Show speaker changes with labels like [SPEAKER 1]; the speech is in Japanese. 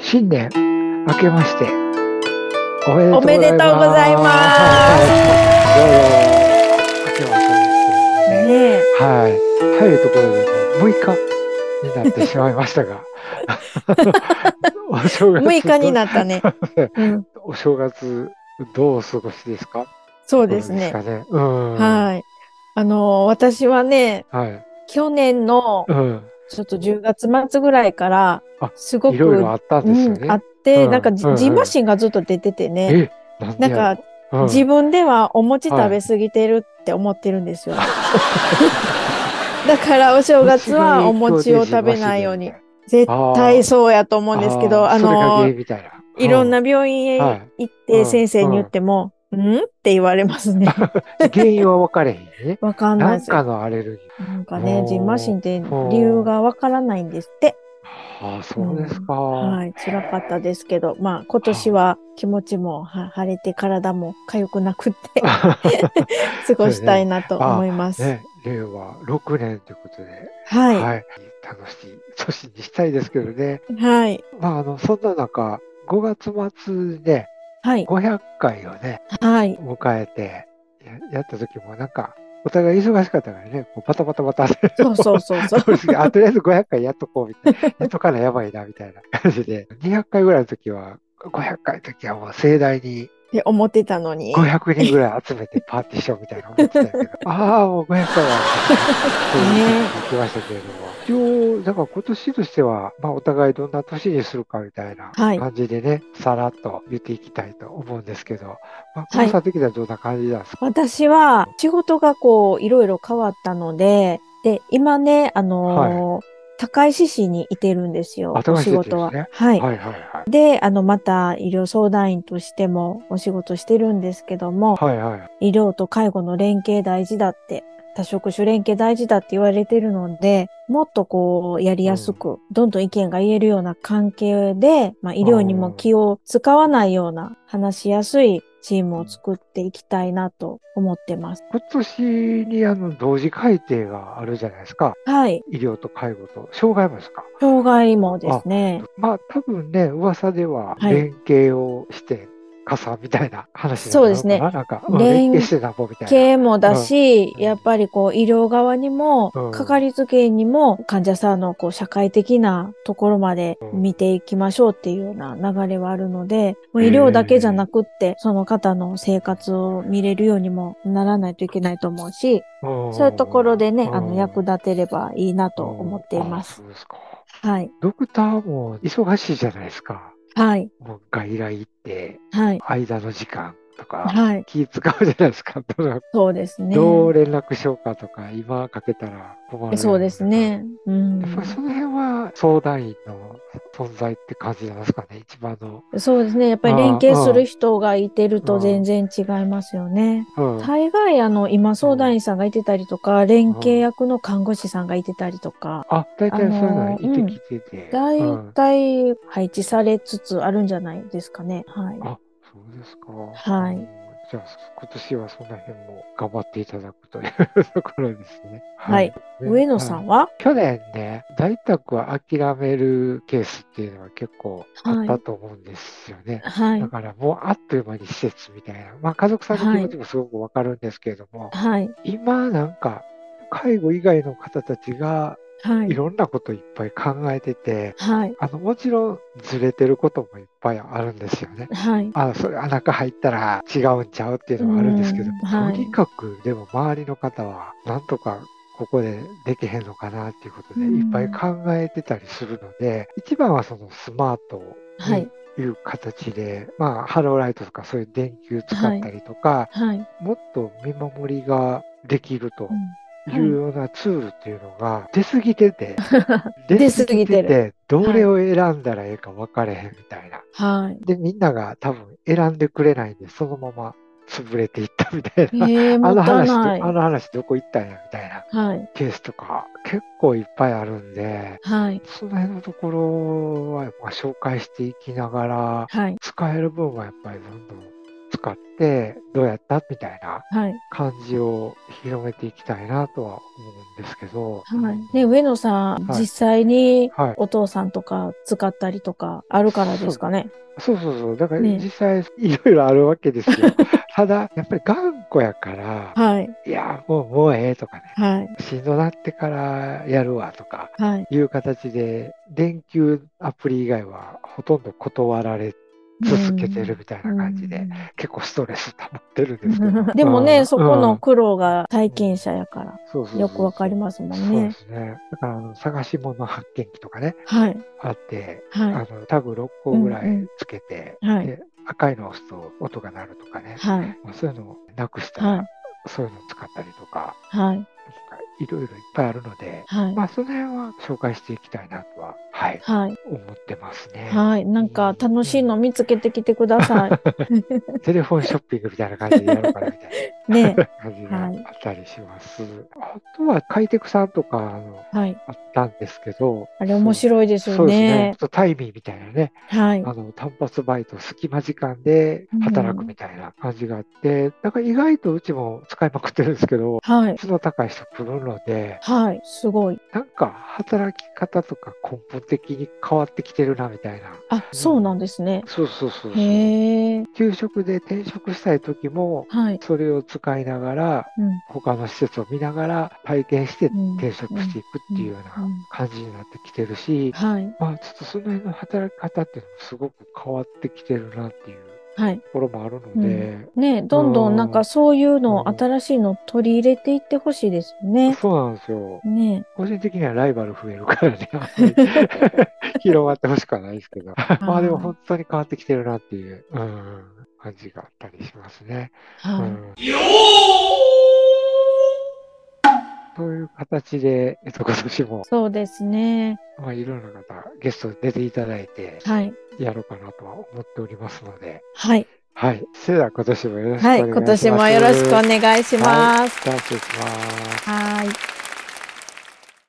[SPEAKER 1] 新年明けましておめでとう
[SPEAKER 2] お
[SPEAKER 1] ございます
[SPEAKER 2] めでとうございます。
[SPEAKER 1] どうも明けましてですね
[SPEAKER 2] ね
[SPEAKER 1] はい早いところでもう6日になってしまいました がお正
[SPEAKER 2] え、
[SPEAKER 1] 月
[SPEAKER 2] 6日になっ たね。うん、
[SPEAKER 1] お正月どうお過ごしですか
[SPEAKER 2] そうですね
[SPEAKER 1] ど。うですかねうん
[SPEAKER 2] はい。あのー私はね、
[SPEAKER 1] はい
[SPEAKER 2] 去年の
[SPEAKER 1] うん
[SPEAKER 2] ちょっと10月末ぐらいから
[SPEAKER 1] あ、
[SPEAKER 2] すごく
[SPEAKER 1] いろいろあったんですよね、
[SPEAKER 2] うん、あって、
[SPEAKER 1] うん
[SPEAKER 2] なんかじ
[SPEAKER 1] うんうん
[SPEAKER 2] 自慢心がずっと出ててね、
[SPEAKER 1] えなんで
[SPEAKER 2] なん
[SPEAKER 1] や
[SPEAKER 2] か
[SPEAKER 1] ろうん
[SPEAKER 2] 自分ではお餅食べ過ぎてるって思ってるんですよ。 だからお正月はお餅を食べないように。絶対そうやと思うんですけど、あ
[SPEAKER 1] ーそれが
[SPEAKER 2] の
[SPEAKER 1] 原
[SPEAKER 2] ー
[SPEAKER 1] 因みたいな。
[SPEAKER 2] いろん
[SPEAKER 1] う
[SPEAKER 2] な病院へ
[SPEAKER 1] は
[SPEAKER 2] 行
[SPEAKER 1] い
[SPEAKER 2] って先生に言っても、うんって言われます ね。。
[SPEAKER 1] 原因は分かれへんね
[SPEAKER 2] わかんない
[SPEAKER 1] な
[SPEAKER 2] で
[SPEAKER 1] ん
[SPEAKER 2] すよ。
[SPEAKER 1] かのアレルギー。
[SPEAKER 2] なんかね
[SPEAKER 1] も、う
[SPEAKER 2] ジンマシンって理由がわからないんですって。
[SPEAKER 1] ああ、そうですか。
[SPEAKER 2] はい、辛かったですけど、まあ今年は気持ちもは晴れて体も痒くなくって 過ごしたいなと思います。
[SPEAKER 1] ね、令和6年ということで、
[SPEAKER 2] はい、
[SPEAKER 1] 楽しい年にしたいですけどね。
[SPEAKER 2] はい、
[SPEAKER 1] まあ、あの、そんな中、5月末で
[SPEAKER 2] はい、
[SPEAKER 1] 500回をね、
[SPEAKER 2] はい。
[SPEAKER 1] 迎えて、ややった時もなんか、お互い忙しかったからね、こうバタバタバタで
[SPEAKER 2] そうそうそうそう。
[SPEAKER 1] そうですねあとりあえず500回やっとこうみ たいな。やっとかなやばいなみたいな感じで。200回ぐらいの時は、500回の時はもう盛大に
[SPEAKER 2] って思ってたのに。
[SPEAKER 1] 500人ぐらい集めてパーティーしようみたいな思ってたけ ど、ああ、もう500回は、そういうふうにきましたけれども。一応、だから今年としては、まあお互いどんな年にするかみたいな
[SPEAKER 2] はい
[SPEAKER 1] 感じでね、さらっと言っていきたいと思うんですけど、まあ、
[SPEAKER 2] は
[SPEAKER 1] コ
[SPEAKER 2] い
[SPEAKER 1] ンサート的にはどんな感じなんですか、
[SPEAKER 2] 私は仕事がこういろいろ変わったので、で、今ね、あのー高石市にいてるんですよ
[SPEAKER 1] あ、
[SPEAKER 2] お
[SPEAKER 1] 高石
[SPEAKER 2] 仕
[SPEAKER 1] 市
[SPEAKER 2] 事は。
[SPEAKER 1] ですね
[SPEAKER 2] はい。
[SPEAKER 1] はい、はいはいはい。
[SPEAKER 2] で、あの、また医療相談員としてもお仕事してるんですけども、
[SPEAKER 1] はいはい。
[SPEAKER 2] 医療と介護の連携大事だって、多職種連携大事だって言われてるので、もっとこう、やりやすく、どんどん意見が言えるような関係で、まあ、医療にも気を使わないような、話しやすいチームを作っていきたいなと思ってます。
[SPEAKER 1] 今年にあの同時改定があるじゃないですか。
[SPEAKER 2] はい。
[SPEAKER 1] 医療と介護と障害物か。
[SPEAKER 2] 障害もですね。
[SPEAKER 1] まあ多分ね、噂では
[SPEAKER 2] はい
[SPEAKER 1] 連携をして、傘みたいな話にな
[SPEAKER 2] そ
[SPEAKER 1] る
[SPEAKER 2] うで
[SPEAKER 1] の
[SPEAKER 2] す
[SPEAKER 1] か
[SPEAKER 2] ね
[SPEAKER 1] な、なんか、うん連
[SPEAKER 2] 連
[SPEAKER 1] 携してなんぼみたいな。
[SPEAKER 2] 経営もだし、
[SPEAKER 1] うん
[SPEAKER 2] やっぱりこう医療側にも、
[SPEAKER 1] うん
[SPEAKER 2] かかりつけ医にも、患者さんのこう社会的なところまで見ていきましょうっていうような流れはあるので、もう医療だけじゃなくって、その方の生活を見れるようにもならないといけないと思うし、
[SPEAKER 1] うん
[SPEAKER 2] そういうところでね、
[SPEAKER 1] うん
[SPEAKER 2] あの役立てればいいなと思っていま
[SPEAKER 1] う
[SPEAKER 2] す。
[SPEAKER 1] んあそうですか。
[SPEAKER 2] はい。
[SPEAKER 1] ドクターも忙しいじゃないですか。
[SPEAKER 2] はい。
[SPEAKER 1] もう外来行って、
[SPEAKER 2] はい。
[SPEAKER 1] 間の時間とか、
[SPEAKER 2] はい。
[SPEAKER 1] 気使うじゃないですか。どう
[SPEAKER 2] そうですね。
[SPEAKER 1] どう連絡しようかとか、今かけたら困る。
[SPEAKER 2] そうです。ね。うん
[SPEAKER 1] やっ。ぱりその辺は相談員の存在って感じなんですかね、一番の。
[SPEAKER 2] そうですね。やっぱり連携する人がいてると全然違いますよね。
[SPEAKER 1] うん
[SPEAKER 2] 大概、あの、今相談員さんがいてたりとか、連携役の看護師さんがいてたりとか、
[SPEAKER 1] あ、大体そういうの
[SPEAKER 2] あのー
[SPEAKER 1] いてきてて。
[SPEAKER 2] 大
[SPEAKER 1] うん
[SPEAKER 2] 体配置されつつあるんじゃないですかね。はい。
[SPEAKER 1] あ、そうですか。
[SPEAKER 2] はい
[SPEAKER 1] うんじゃあ、今年はその辺も頑張っていただくという ところですね。
[SPEAKER 2] はい
[SPEAKER 1] ね
[SPEAKER 2] 上野さ
[SPEAKER 1] は
[SPEAKER 2] ん
[SPEAKER 1] い
[SPEAKER 2] は
[SPEAKER 1] 去年ね、在宅は諦めるケースっていうのは結構あったと思うんですよね。
[SPEAKER 2] はい
[SPEAKER 1] だ。からもうあっという間に施設みたいな、まあ、家族さんの気持ちもすごくわかるんですけれども、
[SPEAKER 2] はい。
[SPEAKER 1] 今なんか介護以外の方たちが
[SPEAKER 2] はいい。
[SPEAKER 1] ろんなこといっぱい考えてて、
[SPEAKER 2] はい。
[SPEAKER 1] あのもちろんずれてることもいっぱいあるんですよね。
[SPEAKER 2] はい。
[SPEAKER 1] あそれ穴が入ったら違うんちゃうっていうのはあるんですけど、
[SPEAKER 2] うんはい
[SPEAKER 1] とにかくでも周りの方はなんとかここでできへんのかなっていうことで
[SPEAKER 2] うん
[SPEAKER 1] いっぱい考えてたりするので、一番はそのスマートを
[SPEAKER 2] はい。
[SPEAKER 1] いう形で、まあハローライトとかそういう電球使ったりとか、
[SPEAKER 2] はい。
[SPEAKER 1] もっと見守りができると
[SPEAKER 2] うん
[SPEAKER 1] いうようなツールっていうのが出過ぎて て、
[SPEAKER 2] 出過ぎてる
[SPEAKER 1] 出過ぎてどれを選んだらええか分かれへんみたいな。
[SPEAKER 2] はい。
[SPEAKER 1] で、みんなが多分選んでくれないんで、そのまま潰れていったみたいな。
[SPEAKER 2] ええ、
[SPEAKER 1] あ
[SPEAKER 2] も
[SPEAKER 1] の
[SPEAKER 2] った
[SPEAKER 1] 話ど、
[SPEAKER 2] な
[SPEAKER 1] あ
[SPEAKER 2] い。
[SPEAKER 1] の話どこ行ったんやみたいな
[SPEAKER 2] はい。
[SPEAKER 1] ケースとか結構いっぱいあるんで、
[SPEAKER 2] はい。
[SPEAKER 1] その辺のところはやっぱ紹介していきながら、
[SPEAKER 2] はい。
[SPEAKER 1] 使える分はやっぱりどんどん使ってどうやったみたいな
[SPEAKER 2] はい。
[SPEAKER 1] 感じを広めていきたいなとは思うんですけど。
[SPEAKER 2] はい。ね、上野さん、
[SPEAKER 1] はい
[SPEAKER 2] 実際に
[SPEAKER 1] はい、
[SPEAKER 2] お父さんとか使ったりとかあるからですかね。
[SPEAKER 1] そうそうそう、だから
[SPEAKER 2] ね
[SPEAKER 1] 実際いろいろあるわけですよ。ただ、やっぱり頑固やから、
[SPEAKER 2] はい。
[SPEAKER 1] いや、もう、もうええとかね、
[SPEAKER 2] はい。
[SPEAKER 1] しんどなってからやるわとか
[SPEAKER 2] はい。
[SPEAKER 1] いう形で、電球アプリ以外はほとんど断られ続けてるみたいな感じ
[SPEAKER 2] う
[SPEAKER 1] で
[SPEAKER 2] ん、。
[SPEAKER 1] 結構ストレス溜まってるんですけど。
[SPEAKER 2] でも
[SPEAKER 1] う
[SPEAKER 2] ね、
[SPEAKER 1] ん
[SPEAKER 2] そこの苦労が体験者やから、
[SPEAKER 1] そうそうそう
[SPEAKER 2] よくわかりますもん
[SPEAKER 1] そうで
[SPEAKER 2] ね。
[SPEAKER 1] すね。だから、あの探し物発見器とかね、
[SPEAKER 2] はい。
[SPEAKER 1] あって、
[SPEAKER 2] は
[SPEAKER 1] あのタグ6個ぐらいつけて、
[SPEAKER 2] い。はい。
[SPEAKER 1] で赤いのを押すと音が鳴るとかね、
[SPEAKER 2] はい。
[SPEAKER 1] まあ、そういうのをなくしたら、
[SPEAKER 2] はい。
[SPEAKER 1] そういうのを使ったりとか、
[SPEAKER 2] は
[SPEAKER 1] な
[SPEAKER 2] い。
[SPEAKER 1] んかいろいろいっぱいあるので、
[SPEAKER 2] はい。
[SPEAKER 1] まあ、その辺は紹介していきたいなとは、はい、
[SPEAKER 2] はい。
[SPEAKER 1] 思ってますね。
[SPEAKER 2] はい。なんか楽しいの見つけてきてください。
[SPEAKER 1] テレフォンショッピングみたいな感 じでやろうかなみたい
[SPEAKER 2] ね。
[SPEAKER 1] な感じがあったりします。あとは、快適さんとかあの
[SPEAKER 2] はい。
[SPEAKER 1] あったんですけど、
[SPEAKER 2] あれ面
[SPEAKER 1] い
[SPEAKER 2] 白いです
[SPEAKER 1] そ
[SPEAKER 2] よ
[SPEAKER 1] うですね
[SPEAKER 2] ね。。
[SPEAKER 1] ちょっとタイミーみたいなね、
[SPEAKER 2] はい。
[SPEAKER 1] あの単発バイト、隙間時間で働くみたいな感じがあって、だから意外とうちも使いまくってるんですけど、
[SPEAKER 2] はい。
[SPEAKER 1] 質の高い人来るので、
[SPEAKER 2] はい。すごい。
[SPEAKER 1] なんか働き方とか根本的に変わってきてるなみたいな。
[SPEAKER 2] あ、そうなんですね。
[SPEAKER 1] そうそうそうそう。
[SPEAKER 2] へえ。
[SPEAKER 1] 給食で転職したい時も、
[SPEAKER 2] はい。
[SPEAKER 1] それを使いながら、
[SPEAKER 2] うん。
[SPEAKER 1] 他の施設を見ながら体験して
[SPEAKER 2] うん
[SPEAKER 1] 転職していくっていうよう
[SPEAKER 2] うんう
[SPEAKER 1] なん感じになってきてるし、
[SPEAKER 2] はい。
[SPEAKER 1] まあちょっとその辺の働き方っていうのもすごく変わってきてるなっていう
[SPEAKER 2] はい
[SPEAKER 1] と。ころもあるので、
[SPEAKER 2] ね、どんどんなんかそういうのを新しいのを取り入れていってほしいですよね。
[SPEAKER 1] そうなんですよ。
[SPEAKER 2] ね。
[SPEAKER 1] 個人的にはライバル増えるからね、あん まり広まってほしくはないですけど、まあでも本当に変わってきてるなっていう、うん、感じがあったりしますね。う
[SPEAKER 2] は
[SPEAKER 1] んそういう形で、えっと、今年も
[SPEAKER 2] い。、そうですね。
[SPEAKER 1] まあ、いろんな方、ゲストに出ていただいて、
[SPEAKER 2] はい。
[SPEAKER 1] やろうかなとは思っておりますので、
[SPEAKER 2] はい。
[SPEAKER 1] はい。それでは今年もよろしくお
[SPEAKER 2] は
[SPEAKER 1] 願い
[SPEAKER 2] い。
[SPEAKER 1] します。
[SPEAKER 2] 今年もよろしくお願い
[SPEAKER 1] す。
[SPEAKER 2] します。
[SPEAKER 1] はい、スタートします。
[SPEAKER 2] はい。